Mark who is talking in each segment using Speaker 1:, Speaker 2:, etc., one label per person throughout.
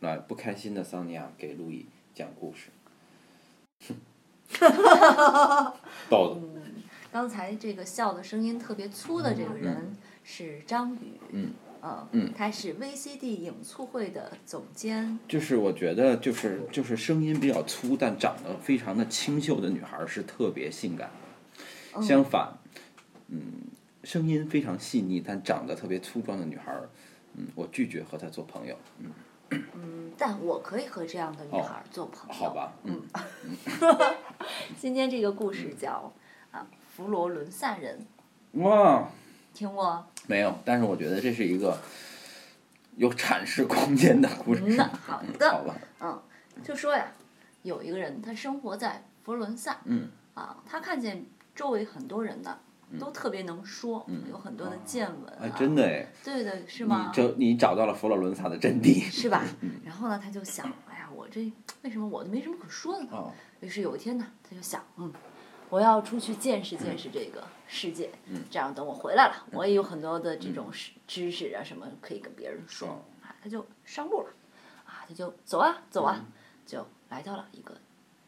Speaker 1: 来不开心的桑尼亚给路易讲故事。逗的，
Speaker 2: 刚才这个笑的声音特别粗的这个人是张宇，
Speaker 1: 嗯，
Speaker 2: 呃，
Speaker 1: 嗯
Speaker 2: 他是 VCD 影促会的总监，
Speaker 1: 就是我觉得就是就是声音比较粗，但长得非常的清秀的女孩儿是特别性感的。相反，嗯，声音非常细腻，但长得特别粗壮的女孩儿，嗯，我拒绝和她做朋友。嗯，
Speaker 2: 嗯，但我可以和这样的女孩儿做朋友。
Speaker 1: 哦好吧，嗯，
Speaker 2: 今天这个故事叫啊佛罗伦萨人，
Speaker 1: 哇，
Speaker 2: 听过？
Speaker 1: 没有，但是我觉得这是一个有阐释空间的故事。
Speaker 2: 嗯呐，好
Speaker 1: 好
Speaker 2: 的，
Speaker 1: 吧，
Speaker 2: 嗯，就说呀，有一个人他生活在佛罗伦萨，
Speaker 1: 嗯
Speaker 2: 啊，他看见周围很多人呢。都特别能说，
Speaker 1: 嗯
Speaker 2: 有很多的见闻啊，
Speaker 1: 哎，真的哎，
Speaker 2: 对的，是
Speaker 1: 你
Speaker 2: 吗？
Speaker 1: 这你找到了佛罗伦萨的真谛。
Speaker 2: 是吧？然后呢，他就想，哎呀，我这为什么我都没什么可说的呢？
Speaker 1: 哦，
Speaker 2: 于是有一天呢，他就想，嗯，我要出去见识见识这个世界，这样等我回来了，我也有很多的这种知知识啊什么可以跟别人说
Speaker 1: 哦
Speaker 2: 啊，他就上路了，啊，他就走啊走啊，就来到了一个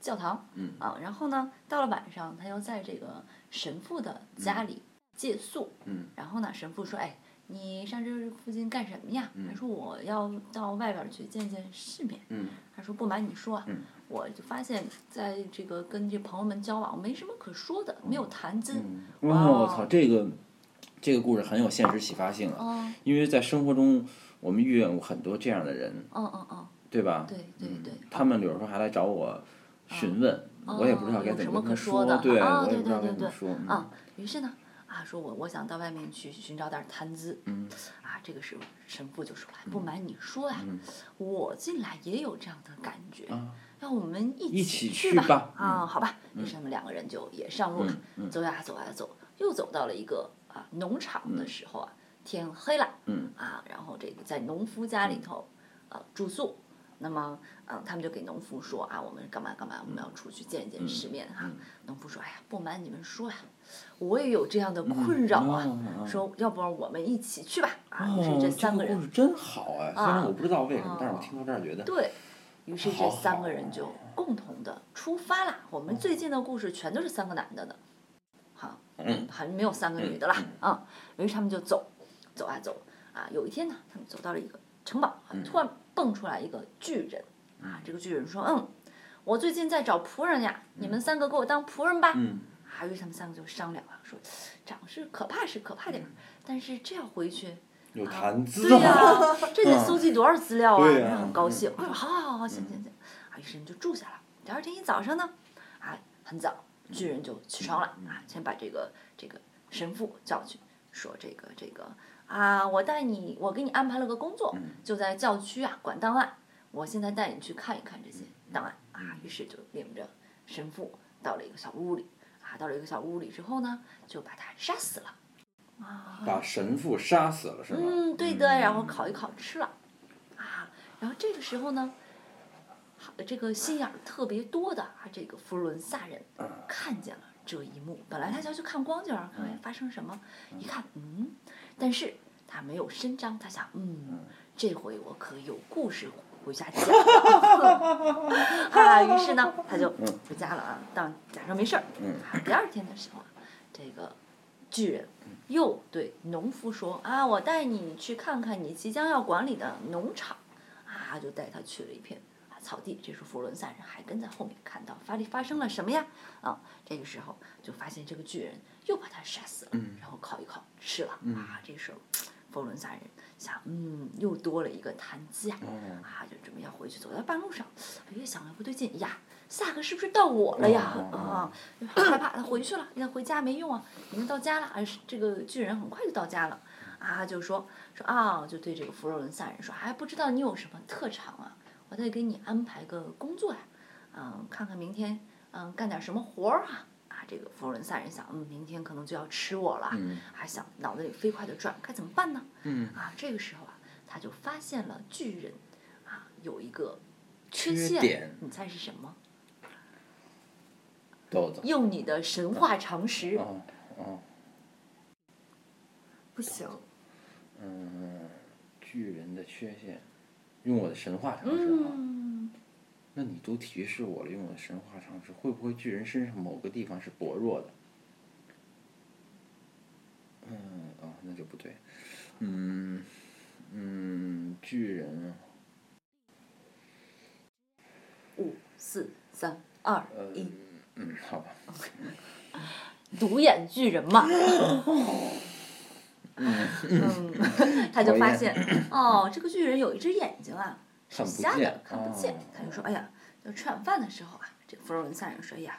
Speaker 2: 教堂，
Speaker 1: 嗯
Speaker 2: 啊，然后呢，到了晚上，他又在这个神父的家里借宿，
Speaker 1: 嗯
Speaker 2: 然后呢，神父说：“哎，你上这附近干什么呀？”他说：“我要到外边儿去见见世面。”
Speaker 1: 嗯
Speaker 2: 他说：“不瞒你说啊，
Speaker 1: 嗯
Speaker 2: 我就发现，在这个跟这朋友们交往，没什么可说的，没有谈资。
Speaker 1: 哦嗯，哇，
Speaker 2: 哦
Speaker 1: 我操，这个这个故事很有现实启发性啊，
Speaker 2: 嗯
Speaker 1: 因为在生活中我们遇见过很多这样的人，
Speaker 2: 嗯嗯嗯，
Speaker 1: 对吧？嗯
Speaker 2: 对对对。哦
Speaker 1: 他们有时候还来找我询问，我也不知道该
Speaker 2: 有
Speaker 1: 怎
Speaker 2: 什么
Speaker 1: 跟他
Speaker 2: 可说的
Speaker 1: 对，
Speaker 2: 啊
Speaker 1: 我也
Speaker 2: 对
Speaker 1: 不知道
Speaker 2: 对
Speaker 1: 该怎
Speaker 2: 对
Speaker 1: 么说。嗯
Speaker 2: 啊，于是呢，啊，说我我想到外面去寻找点谈资。
Speaker 1: 嗯
Speaker 2: 啊，这个时候神父就说了：“不瞒你说呀、我近来也有这样的感觉，
Speaker 1: 嗯啊
Speaker 2: 让我们
Speaker 1: 一
Speaker 2: 一
Speaker 1: 起
Speaker 2: 去
Speaker 1: 去吧嗯
Speaker 2: 啊，好吧，于是他们两个人就也上路了，
Speaker 1: 嗯嗯
Speaker 2: 走呀走呀走，又走到了一个啊农场的时候啊，天黑了，
Speaker 1: 嗯
Speaker 2: 啊，然后这个在农夫家里头，呃，住宿。那么，嗯、他们就给农夫说啊，我们干嘛干嘛，我们要出去见一
Speaker 1: 嗯
Speaker 2: 见世面哈、农夫说，哎呀，不瞒你们说呀、我也有这样的困扰啊。
Speaker 1: 嗯哦哦
Speaker 2: 说，要不然我们一起去吧？啊，于
Speaker 1: 哦
Speaker 2: 是这三
Speaker 1: 个
Speaker 2: 个人，
Speaker 1: 故事真好哎，虽然
Speaker 2: 啊
Speaker 1: 我不知道为什么
Speaker 2: 啊，
Speaker 1: 但是我听到这儿觉得，
Speaker 2: 对，于是这
Speaker 1: 好好
Speaker 2: 三个人就共同的出发啦。我们最近的故事全都是三个男的的，好，
Speaker 1: 嗯
Speaker 2: 好像没有三个女的啦，啊、于是他们就走，走啊走啊。有一天呢，他们走到了一个城堡，啊
Speaker 1: 嗯
Speaker 2: 突然蹦出来一个巨人，啊，这个巨人说，嗯，我最近在找仆人呀，你们三个给我当仆人吧。
Speaker 1: 嗯
Speaker 2: 啊，于是他们三个就商量啊，说长是可怕是可怕点儿，但是这样回去
Speaker 1: 有谈资
Speaker 2: 对呀、
Speaker 1: 啊，
Speaker 2: 这得搜集多少资料啊！
Speaker 1: 对呀嗯
Speaker 2: 人家很高兴，我说好好好好，行行行，啊，于是人就住下了。第二天一早上呢，啊，很早，巨人就起床了
Speaker 1: 嗯
Speaker 2: 啊，先把这个这个神父叫去，说这个这个啊，我带你，我给你安排了个工作，
Speaker 1: 嗯
Speaker 2: 就在教区啊管档案，我现在带你去看一看这些
Speaker 1: 嗯
Speaker 2: 档案啊。于是就领着神父到了一个小屋里啊，到了一个小屋里之后呢，就把他杀死了。
Speaker 1: 啊把神父杀死了是吗？
Speaker 2: 嗯，对的，然后烤一烤吃了，啊，然后这个时候呢，好这个心眼儿特别多的啊，这个佛罗伦萨人
Speaker 1: 嗯
Speaker 2: 看见了这一幕，本来他要去看光景儿，看看发生什么，一看，嗯，但是他没有声张，他想，嗯，这回我可有故事回家讲 了，啊，于是呢，他就回家了啊，当假装没事儿，
Speaker 1: 嗯
Speaker 2: 啊第二天的时候啊，这个巨人又对农夫说：“啊，我带你去看看你即将要管理的农场。”啊，就带他去了一片啊草地。这时候佛罗伦萨人还跟在后面看到发力发生了什么呀？啊，这个时候就发现这个巨人又把他杀死了，然后烤一烤吃了。啊，这时候佛罗伦萨人想，嗯，又多了一个谈资呀。
Speaker 1: 哦
Speaker 2: 啊，就准备要回去，走在半路上，越想越不对劲哎呀，下个是不是到我了呀？
Speaker 1: 嗯嗯嗯
Speaker 2: 啊，好害怕，他回去了，那回家没用啊，已经到家了，而是这个巨人很快就到家了，啊，就说说啊，就对这个佛罗伦萨人说，哎，不知道你有什么特长啊，我得给你安排个工作呀、嗯，看看明天，嗯，干点什么活儿啊。啊，这个佛罗伦萨人想，嗯，明天可能就要吃我了，
Speaker 1: 嗯
Speaker 2: 还想脑子里飞快的转，该怎么办呢？
Speaker 1: 嗯
Speaker 2: 啊，这个时候啊，他就发现了巨人啊有一个缺
Speaker 1: 缺
Speaker 2: 陷，
Speaker 1: 点
Speaker 2: 你猜是什么？
Speaker 1: 豆子，
Speaker 2: 用你的神话常识，
Speaker 1: 哦哦，
Speaker 3: 不行，
Speaker 1: 嗯，巨人的缺陷，用我的神话常识啊，
Speaker 2: 嗯，
Speaker 1: 那你都提示我了，用我的神话常识，会不会巨人身上某个地方是薄弱的？嗯，哦，那就不对。嗯嗯，巨人啊，
Speaker 2: 五四三二
Speaker 1: 呃
Speaker 2: 一，，
Speaker 1: 嗯，好吧，
Speaker 2: 独眼巨人嘛。 嗯，他就发现哦，这个巨人有一只眼睛啊，
Speaker 1: 看不
Speaker 2: 瞎
Speaker 1: 见
Speaker 2: 的，，看不见
Speaker 1: 哦。
Speaker 2: 他就说：“哎呀，就吃晚饭的时候啊，这个佛罗伦萨人说：‘哎呀，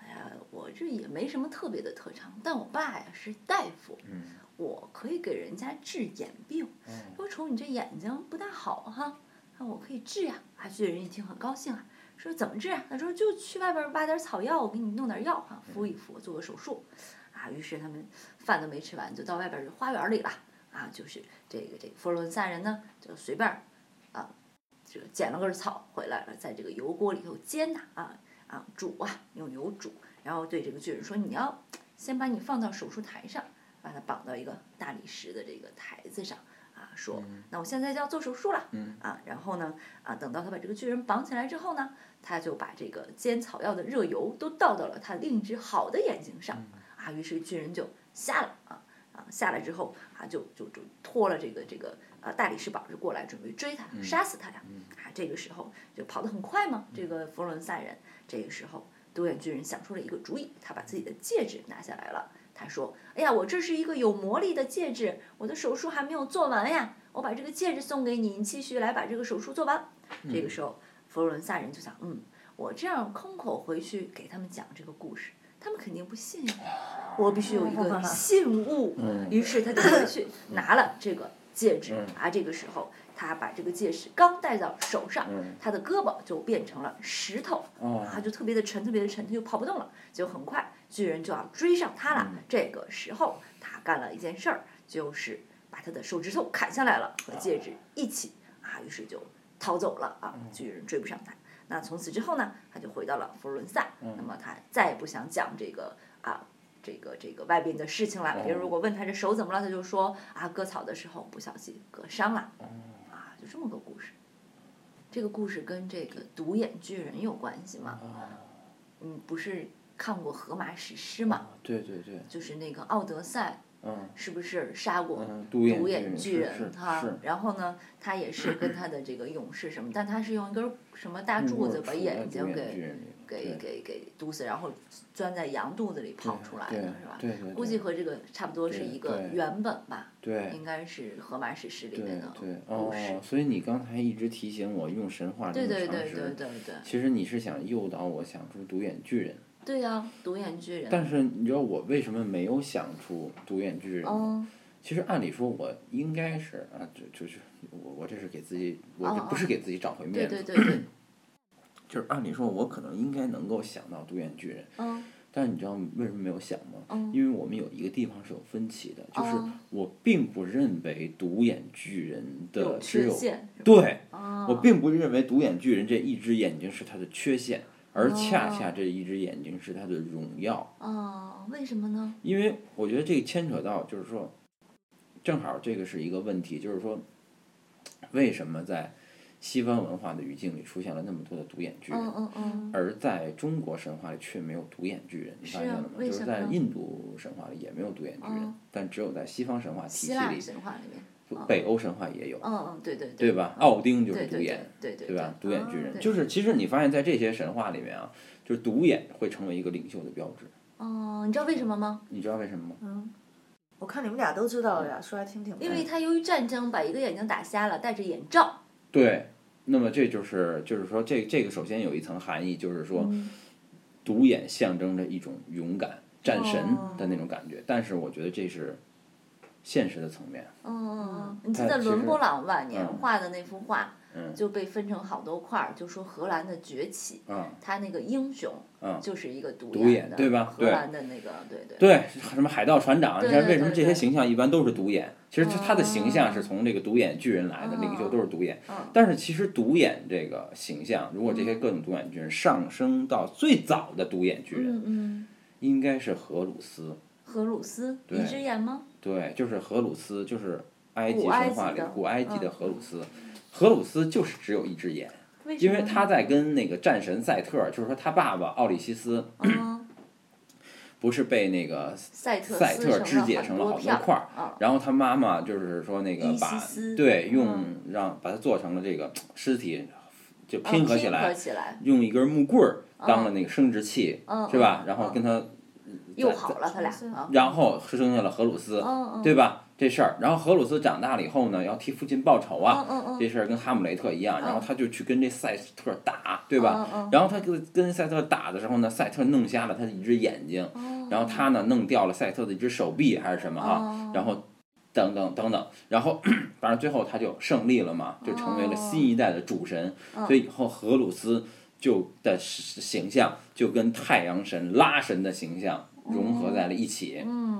Speaker 2: 哎呀，我这也没什么特别的特长，但我爸呀是大夫，
Speaker 1: 嗯，
Speaker 2: 我可以给人家治眼病。
Speaker 1: 哦
Speaker 2: 说瞅你这眼睛不大好哈，那我可以治呀、啊。巨人一听很高兴啊，说怎么治啊？他说就去外边挖点草药，我给你弄点药啊，敷一敷，做个手术。啊，于是他们饭都没吃完，就到外边的花园里了。啊，就是这个这个佛罗伦萨人呢，就随便儿啊，这个捡了根草回来了，在这个油锅里头煎呐啊啊煮啊，用油煮，然后对这个巨人说：“你要先把你放到手术台上，把它绑到一个大理石的这个台子上啊，说、那我现在就要做手术了。
Speaker 1: 嗯
Speaker 2: 啊，然后呢啊，等到他把这个巨人绑起来之后呢，他就把这个煎草药的热油都倒到了他另一只好的眼睛上、啊，于是巨人就下来啊。”啊，下来之后啊，就就就拖了这个这个啊大理石板儿就过来，准备追他，杀死他呀！啊，这个时候就跑得很快嘛。这个佛罗伦萨人这个时候，独眼巨人想出了一个主意，他把自己的戒指拿下来了。他说：“哎呀，我这是一个有魔力的戒指，我的手术还没有做完呀，我把这个戒指送给你，你继续来把这个手术做完。这个时候，佛罗伦萨人就想，嗯，我这样空口回去给他们讲这个故事，他们肯定不信呀，我必须有一个信物。于是他就回去拿了这个戒指，啊，这个时候他把这个戒指刚戴到手上，
Speaker 1: 嗯
Speaker 2: 他的胳膊就变成了石头，
Speaker 1: 哦
Speaker 2: 啊，就特别的沉，特别的沉，他就跑不动了。结果很快巨人就要追上他了。这个时候他干了一件事儿，就是把他的手指头砍下来了，和戒指一起啊，于是就逃走了啊，巨人追不上他。那从此之后呢，他就回到了佛罗伦萨。那么他再也不想讲这个啊。这个这个外边的事情了，别人如果问他这手怎么了，他就说啊，割草的时候不小心割伤了，
Speaker 1: 哦
Speaker 2: 啊，就这么个故事。这个故事跟这个独眼巨人有关系吗？嗯，不是看过《荷马史诗》吗？
Speaker 1: 哦对对对，
Speaker 2: 就是那个《奥德赛》，
Speaker 1: 嗯
Speaker 2: 是不是杀过
Speaker 1: 嗯，
Speaker 2: 独
Speaker 1: 独眼
Speaker 2: 眼巨人
Speaker 1: 是
Speaker 2: 哈
Speaker 1: 是？
Speaker 2: 然后呢，他也是跟他的这个勇士什么，但他是用一根什么大
Speaker 1: 是
Speaker 2: 柱子把
Speaker 1: 杵
Speaker 2: 眼
Speaker 1: 在独眼巨
Speaker 2: 睛给
Speaker 1: 人里
Speaker 2: 给
Speaker 1: 对
Speaker 2: 给给堵死，然后钻在羊肚子里跑出来
Speaker 1: 对
Speaker 2: 的是吧？
Speaker 1: 对对对
Speaker 2: 估计和这个差不多是一个
Speaker 1: 对对
Speaker 2: 原本吧，
Speaker 1: 对
Speaker 2: 应该是《荷马史诗》里
Speaker 1: 对
Speaker 2: 面的
Speaker 1: 对
Speaker 2: 故事
Speaker 1: 哦，。所以你刚才一直提醒我用神话这种
Speaker 2: 对对
Speaker 1: 常
Speaker 2: 对
Speaker 1: 识，
Speaker 2: 对对对，
Speaker 1: 其实你是想诱导我想出独眼巨人，
Speaker 2: 对呀、独眼巨人。
Speaker 1: 但是你知道我为什么没有想出独眼巨人吗？
Speaker 2: 嗯，
Speaker 1: 其实按理说我应该是啊，就就是我我这是给自己，我这
Speaker 2: 哦
Speaker 1: 不是给自己找回
Speaker 2: 对
Speaker 1: 面子，
Speaker 2: 对对对，
Speaker 1: 就是按理说我可能应该能够想到独眼巨人，
Speaker 2: 嗯
Speaker 1: 但是你知道为什么没有想吗？
Speaker 2: 嗯
Speaker 1: 因为我们有一个地方是有分歧的，就是
Speaker 2: 哦
Speaker 1: 我并不认为独眼巨人的
Speaker 2: 有
Speaker 1: 只
Speaker 2: 缺
Speaker 1: 有
Speaker 2: 陷。
Speaker 1: 对
Speaker 2: 啊，
Speaker 1: 我并不认为独眼巨人这一只眼睛是他的缺陷，而恰
Speaker 2: 哦
Speaker 1: 恰这一只眼睛是他的荣耀。
Speaker 2: 啊，为什么呢？
Speaker 1: 因为我觉得这牵扯到，就是说，正好这个是一个问题，就是说，为什么在西方文化的语境里出现了那么多的独眼巨人，
Speaker 2: 嗯嗯嗯，
Speaker 1: 而在中国神话里却没有独眼巨人？你
Speaker 2: 是
Speaker 1: 发
Speaker 2: 啊
Speaker 1: 现了吗？
Speaker 2: 为
Speaker 1: 就是
Speaker 2: 什
Speaker 1: 在
Speaker 2: 么呢
Speaker 1: 印度神话里也没有独眼巨人
Speaker 2: 哦，
Speaker 1: 但只有在西方神话体系
Speaker 2: 希腊
Speaker 1: 里，
Speaker 2: 神话里面，
Speaker 1: 北欧神话也有，
Speaker 2: 嗯嗯，对对对，
Speaker 1: 对吧？奥丁就
Speaker 2: 对
Speaker 1: 是独
Speaker 2: 对
Speaker 1: 眼
Speaker 2: 对。对对哦
Speaker 1: 对吧？独眼巨人
Speaker 2: 对
Speaker 1: 就是，其实你发现在这些神话里面啊，就是独眼会成为一个领袖的标志。
Speaker 2: 哦，你知道为什么吗？
Speaker 1: 你知道为什么吗？
Speaker 2: 嗯
Speaker 3: 我看你们俩都知道了呀，说来听听吧。
Speaker 1: 嗯
Speaker 2: 因为他由于战争把一个眼睛打瞎了，戴着眼罩。
Speaker 1: 对，那么这就是，就是说这这个首先有一层含义，就是说，
Speaker 2: 嗯
Speaker 1: 独眼象征着一种勇敢、战神
Speaker 2: 哦
Speaker 1: 的那种感觉。但是我觉得这是现实的层面。啊
Speaker 2: 嗯嗯，你记
Speaker 1: 他
Speaker 2: 得
Speaker 1: 其
Speaker 2: 伦
Speaker 1: 实
Speaker 2: 勃朗晚年
Speaker 1: 嗯
Speaker 2: 画的那幅画
Speaker 1: 嗯
Speaker 2: 就被分成好多块儿，就说荷兰的崛起，
Speaker 1: 嗯，
Speaker 2: 他那个英雄
Speaker 1: 嗯
Speaker 2: 就是一个独
Speaker 1: 独眼
Speaker 2: 的，
Speaker 1: 对吧
Speaker 2: 荷
Speaker 1: 对
Speaker 2: 兰的那个，对对。
Speaker 1: 对，什么海盗船长？
Speaker 2: 对
Speaker 1: 你
Speaker 2: 对
Speaker 1: 看为什么
Speaker 2: 对哦
Speaker 1: 这些
Speaker 2: 对
Speaker 1: 形象一般都是独眼？其实他他的形象是从这个独眼巨人来的，领
Speaker 2: 哦
Speaker 1: 袖都是独眼。但是其实独眼这个形象，如果这些
Speaker 2: 嗯
Speaker 1: 各种独眼巨人上升到最早的独眼巨人，
Speaker 2: 嗯嗯，
Speaker 1: 应该是荷鲁斯。
Speaker 2: 荷鲁斯一只眼吗？
Speaker 1: 对，就是荷鲁斯，就是埃及
Speaker 2: 古埃
Speaker 1: 神话
Speaker 2: 及
Speaker 1: 里
Speaker 2: 的
Speaker 1: 古埃及的
Speaker 2: 嗯
Speaker 1: 荷鲁斯。荷鲁斯就是只有一只眼，
Speaker 2: 为什
Speaker 1: 因
Speaker 2: 么
Speaker 1: 为
Speaker 2: 呢
Speaker 1: 他在跟那个战神赛特，就是说他爸爸奥利西斯，
Speaker 2: 嗯
Speaker 1: 不是被那个
Speaker 2: 赛特
Speaker 1: 赛
Speaker 2: 撕
Speaker 1: 特
Speaker 2: 成
Speaker 1: 肢
Speaker 2: 了
Speaker 1: 解
Speaker 2: 很
Speaker 1: 成了好多
Speaker 2: 片儿
Speaker 1: 块儿
Speaker 2: 啊，
Speaker 1: 然后他妈妈就是说那个
Speaker 2: 伊
Speaker 1: 把
Speaker 2: 西斯
Speaker 1: 对用
Speaker 2: 嗯
Speaker 1: 让把它做成了这个尸体就
Speaker 2: 啊
Speaker 1: 拼合起来，
Speaker 2: 起来
Speaker 1: 用一根木棍儿当了那个生殖器，
Speaker 2: 嗯
Speaker 1: 是吧
Speaker 2: 嗯？
Speaker 1: 然后
Speaker 2: 嗯
Speaker 1: 跟他
Speaker 2: 又
Speaker 1: 在
Speaker 2: 好了，他俩
Speaker 3: 是
Speaker 2: 啊，
Speaker 1: 然后生下了荷鲁斯，
Speaker 2: 嗯嗯，
Speaker 1: 对吧？这事儿，然后荷鲁斯长大了以后呢，要替父亲报仇啊，
Speaker 2: 嗯嗯
Speaker 1: 这事儿跟哈姆雷特一样，然后他就去跟这赛特打，对吧？
Speaker 2: 嗯嗯
Speaker 1: 然后他跟跟赛特打的时候呢，赛特弄瞎了他的一只眼睛，然后他呢弄掉了赛特的一只手臂还是什么哈，
Speaker 2: 哦
Speaker 1: 然后等等等等，然后 反正最后他就胜利了嘛，就成为了
Speaker 2: 哦
Speaker 1: 新一代的主神，
Speaker 2: 嗯
Speaker 1: 所以以后荷鲁斯就的形象就跟太阳神拉神的形象融
Speaker 2: 哦
Speaker 1: 合在了一起，
Speaker 2: 嗯，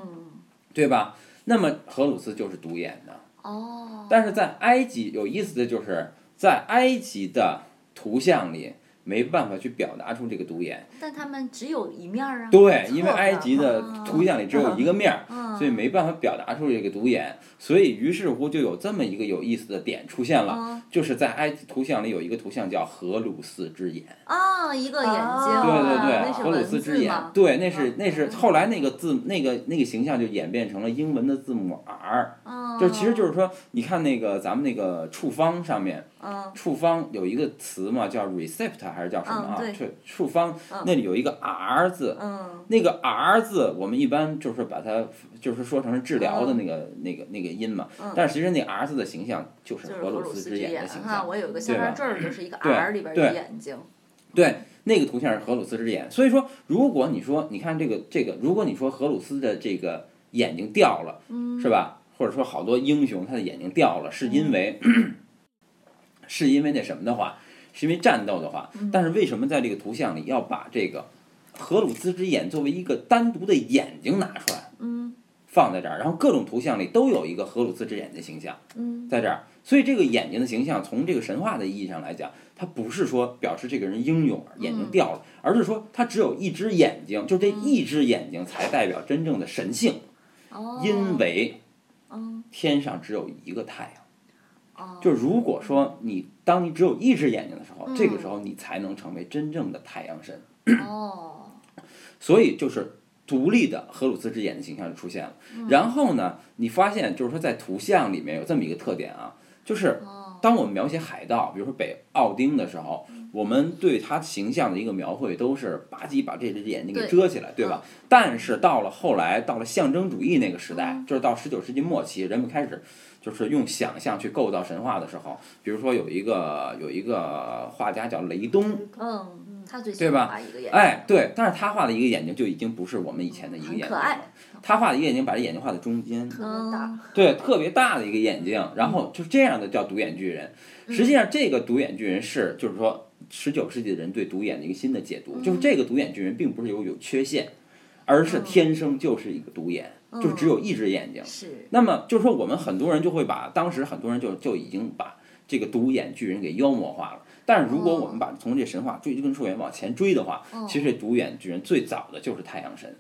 Speaker 1: 对吧？那么荷鲁斯就是独眼的。
Speaker 2: 哦，
Speaker 1: 但是在埃及有意思的就是，在埃及的图像里没办法去表达出这个独眼，
Speaker 2: 但他们只有一面儿啊，
Speaker 1: 对，
Speaker 3: 错
Speaker 1: 因为埃及的
Speaker 2: 啊
Speaker 1: 图像里只有一个面儿，
Speaker 2: 嗯，
Speaker 1: 所以没办法表达出这个独眼，所以于是乎就有这么一个有意思的点出现了，
Speaker 2: 啊
Speaker 1: 就是在埃及图像里有一个图像叫荷鲁斯之眼，
Speaker 2: 啊，一个眼睛
Speaker 3: 哦
Speaker 2: 啊，
Speaker 1: 对对对，
Speaker 2: 那是
Speaker 1: 荷鲁
Speaker 2: 文
Speaker 1: 斯
Speaker 2: 字
Speaker 1: 之眼
Speaker 2: 嘛，
Speaker 1: 对，那是
Speaker 2: 啊
Speaker 1: 那是后来那个字那个那个形象就演变成了英文的字母 R，
Speaker 2: 啊，
Speaker 1: 就其实就是说，你看那个咱们那个处方上面。
Speaker 2: 嗯
Speaker 1: 处方有一个词嘛，叫 recept 还是叫什么
Speaker 2: 嗯
Speaker 1: 啊？
Speaker 2: 对
Speaker 1: 处处方那里有一个 R 字，
Speaker 2: 嗯
Speaker 1: 那个 R 字我们一般就是把它就是说成是治疗的那个、那个那个音嘛，
Speaker 2: 嗯
Speaker 1: 但是其实那 R 字的形象就是
Speaker 2: 就是
Speaker 1: 荷
Speaker 2: 荷
Speaker 1: 鲁
Speaker 2: 鲁
Speaker 1: 斯
Speaker 2: 斯
Speaker 1: 之眼
Speaker 2: 眼
Speaker 1: 的形
Speaker 2: 哈，
Speaker 1: 象，
Speaker 2: 我有一个小
Speaker 1: 对吧
Speaker 2: 山坠儿，就是一个
Speaker 1: 对
Speaker 2: R 里边儿
Speaker 1: 对
Speaker 2: 的眼睛，
Speaker 1: 对，那个图像是荷鲁斯之眼。所以说，如果你说你看这个这个，如果你说荷鲁斯的这个眼睛掉了，
Speaker 2: 嗯
Speaker 1: 是吧？或者说好多英雄他的眼睛掉了，是因为、
Speaker 2: 嗯
Speaker 1: 是因为那什么的话，是因为战斗的话，
Speaker 2: 嗯
Speaker 1: 但是为什么在这个图像里要把这个荷鲁斯之眼作为一个单独的眼睛拿出来？
Speaker 2: 嗯
Speaker 1: 放在这儿，然后各种图像里都有一个荷鲁斯之眼的形象
Speaker 2: 嗯
Speaker 1: 在这儿，所以这个眼睛的形象，从这个神话的意义上来讲，它不是说表示这个人英勇
Speaker 2: 嗯
Speaker 1: 眼睛掉了，而是说他只有一只眼睛，就这
Speaker 2: 嗯
Speaker 1: 一只眼睛才代表真正的神性，
Speaker 2: 哦，
Speaker 1: 因为
Speaker 2: 嗯
Speaker 1: 天上只有一个太阳。
Speaker 2: 哦，
Speaker 1: 就如果说你当你只有一只眼睛的时候，
Speaker 2: 嗯
Speaker 1: 这个时候你才能成为真正的太阳神。
Speaker 2: 哦，
Speaker 1: 所以就是独立的荷鲁斯之眼的形象就出现了。
Speaker 2: 嗯
Speaker 1: 然后呢，你发现就是说在图像里面有这么一个特点啊，就是当我们描写海盗，比如说北奥丁的时候，
Speaker 2: 嗯
Speaker 1: 我们对他形象的一个描绘都是吧唧把这只眼睛给
Speaker 2: 对
Speaker 1: 遮起来，对吧？但是到了后来，到了象征主义那个时代
Speaker 2: 嗯，
Speaker 1: 就是到十九世纪末期，人们开始。就是用想象去构造神话的时候，比如说有一个有一个画家叫雷东，
Speaker 2: 嗯，他最喜
Speaker 1: 对吧
Speaker 2: 欢画一个眼睛，
Speaker 1: 哎，对，但是他画的一个眼睛就已经不是我们以前的一个
Speaker 2: 很
Speaker 1: 眼睛
Speaker 2: 可
Speaker 1: 了
Speaker 2: 爱。
Speaker 1: 他画的一个眼睛把这眼睛画在中间，
Speaker 3: 特别大，
Speaker 1: 对，特别大的一个眼睛，然后就是这样的叫独眼巨人。实际上，这个独眼巨人是就是说十九世纪的人对独眼的一个新的解读，就是这个独眼巨人并不是有有缺陷，而是天生就是一个独眼，
Speaker 2: 嗯
Speaker 1: 就是只有一只眼睛。
Speaker 2: 是，
Speaker 1: 那么就是说，我们很多人就会把当时很多人就就已经把这个独眼巨人给妖魔化了。但是如果我们把从这神话追根溯源往前追的话，
Speaker 2: 嗯
Speaker 1: 其实这独眼巨人最早的就是太阳神，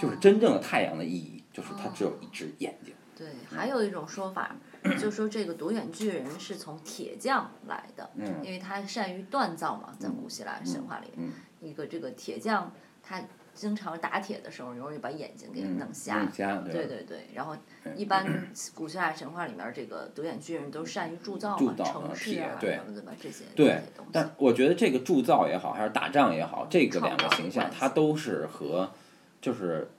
Speaker 1: 就是真正的太阳的意义，就是它只有一只眼睛。
Speaker 2: 对，还有一种说法，就说这个独眼巨人是从铁匠来的，
Speaker 1: 嗯
Speaker 2: 因为他善于锻造嘛，在古希腊神话里，
Speaker 1: 嗯
Speaker 2: 一个这个铁匠他经常打铁的时候容易把眼睛给弄瞎。
Speaker 1: 嗯瞎，嗯
Speaker 2: 对
Speaker 1: 对吧？
Speaker 2: 对对，然后一般古希腊神话里面，这个独眼巨人都善于铸造
Speaker 1: 铸
Speaker 2: 嘛，
Speaker 1: 造啊
Speaker 2: 城市啊
Speaker 1: 铁对
Speaker 2: 什么的吧，这些
Speaker 1: 对
Speaker 2: 这些东西
Speaker 1: 但。我觉得这个铸造也好，还是打仗也好，这个两个形象
Speaker 2: 创造
Speaker 1: 它都是和就是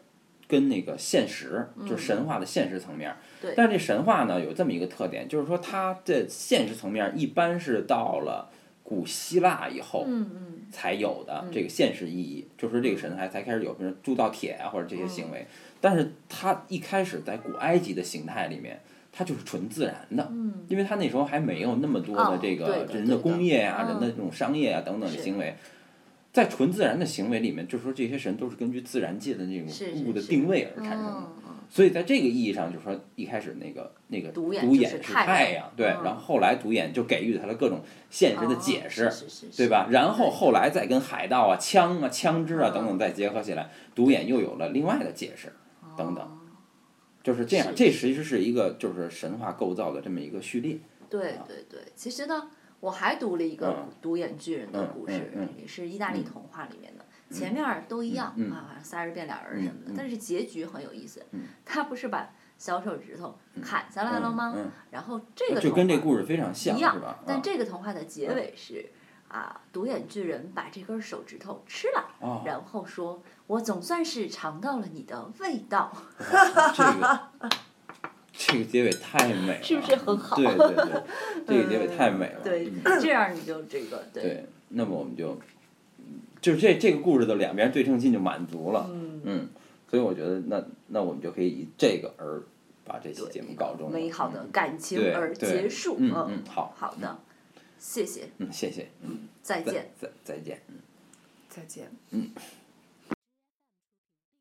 Speaker 1: 跟那个现实，就是神话的现实层面儿。
Speaker 2: 嗯对
Speaker 1: 但是这神话呢有这么一个特点，就是说它的现实层面儿一般是到了古希腊以后
Speaker 2: 嗯嗯，
Speaker 1: 才有的这个现实意义，就是这个神还才开始有，比如铸造铁啊或者这些行为。
Speaker 2: 嗯
Speaker 1: 但是它一开始在古埃及的形态里面，它就是纯自然的，因为它那时候还没有那么多的
Speaker 2: 嗯哦
Speaker 1: 这个
Speaker 2: 对的
Speaker 1: 人
Speaker 2: 对的
Speaker 1: 工业呀、
Speaker 2: 嗯
Speaker 1: 人的这种商业啊等等的
Speaker 2: 是
Speaker 1: 行为。在纯自然的行为里面，就是说这些神都是根据自然界的那
Speaker 2: 是
Speaker 1: 种
Speaker 2: 是
Speaker 1: 物的
Speaker 2: 是
Speaker 1: 定位而产生的，
Speaker 2: 嗯嗯
Speaker 1: 所以在这个意义上，就是说一开始那个那个
Speaker 2: 独眼
Speaker 1: 独眼
Speaker 2: 就是
Speaker 1: 是
Speaker 2: 太阳
Speaker 1: 太阳，对，
Speaker 2: 嗯
Speaker 1: 然后后来独眼就给予他了各种现实的
Speaker 2: 哦
Speaker 1: 解释，
Speaker 2: 是是是
Speaker 1: 对吧？然后
Speaker 2: 对
Speaker 1: 后来再跟海盗啊、枪啊、枪支啊
Speaker 2: 嗯
Speaker 1: 等等再结合起来，独眼又有了另外的解释，
Speaker 2: 哦
Speaker 1: 等等，就是这样。
Speaker 2: 是
Speaker 1: 这其实是一个就是神话构造的这么一个序列，
Speaker 2: 对对对，其实呢，我还读了一个
Speaker 1: 啊嗯
Speaker 2: 独眼巨人的故事，
Speaker 1: 嗯嗯嗯嗯
Speaker 2: 也是意大利童话里面的。前面儿都一样、啊，好像仨人变俩人什么的，
Speaker 1: 嗯嗯
Speaker 2: 但是结局很有意思。
Speaker 1: 嗯
Speaker 2: 他不是把小手指头砍下来了吗？
Speaker 1: 嗯嗯
Speaker 2: 然后这个
Speaker 1: 就跟这
Speaker 2: 童话
Speaker 1: 故事非常像，
Speaker 2: 一
Speaker 1: 是
Speaker 2: 样
Speaker 1: 吧？啊嗯
Speaker 2: 但这个童话的结尾是。啊！独眼巨人把这根手指头吃了，
Speaker 1: 哦，
Speaker 2: 然后说：“我总算是尝到了你的味道。
Speaker 1: 嗯这个这 个结尾太美了，
Speaker 2: 是不是很好
Speaker 1: 对对对，这个结尾太美了。
Speaker 2: 对
Speaker 1: 嗯，
Speaker 2: 这样你就这个对
Speaker 1: 对，那么我们就，就是这这个故事的两边对称性就满足了，嗯所以我觉得那那我们就可以以这个而把这期节目告终了，嗯
Speaker 2: 美好的感情
Speaker 1: 对
Speaker 2: 而
Speaker 1: 对
Speaker 2: 结束。
Speaker 1: 嗯嗯嗯，好，
Speaker 2: 好的，谢谢，
Speaker 1: 嗯，谢谢，嗯，
Speaker 2: 再
Speaker 1: 再
Speaker 2: 见。
Speaker 1: 再再见。
Speaker 3: 再见。
Speaker 2: 嗯。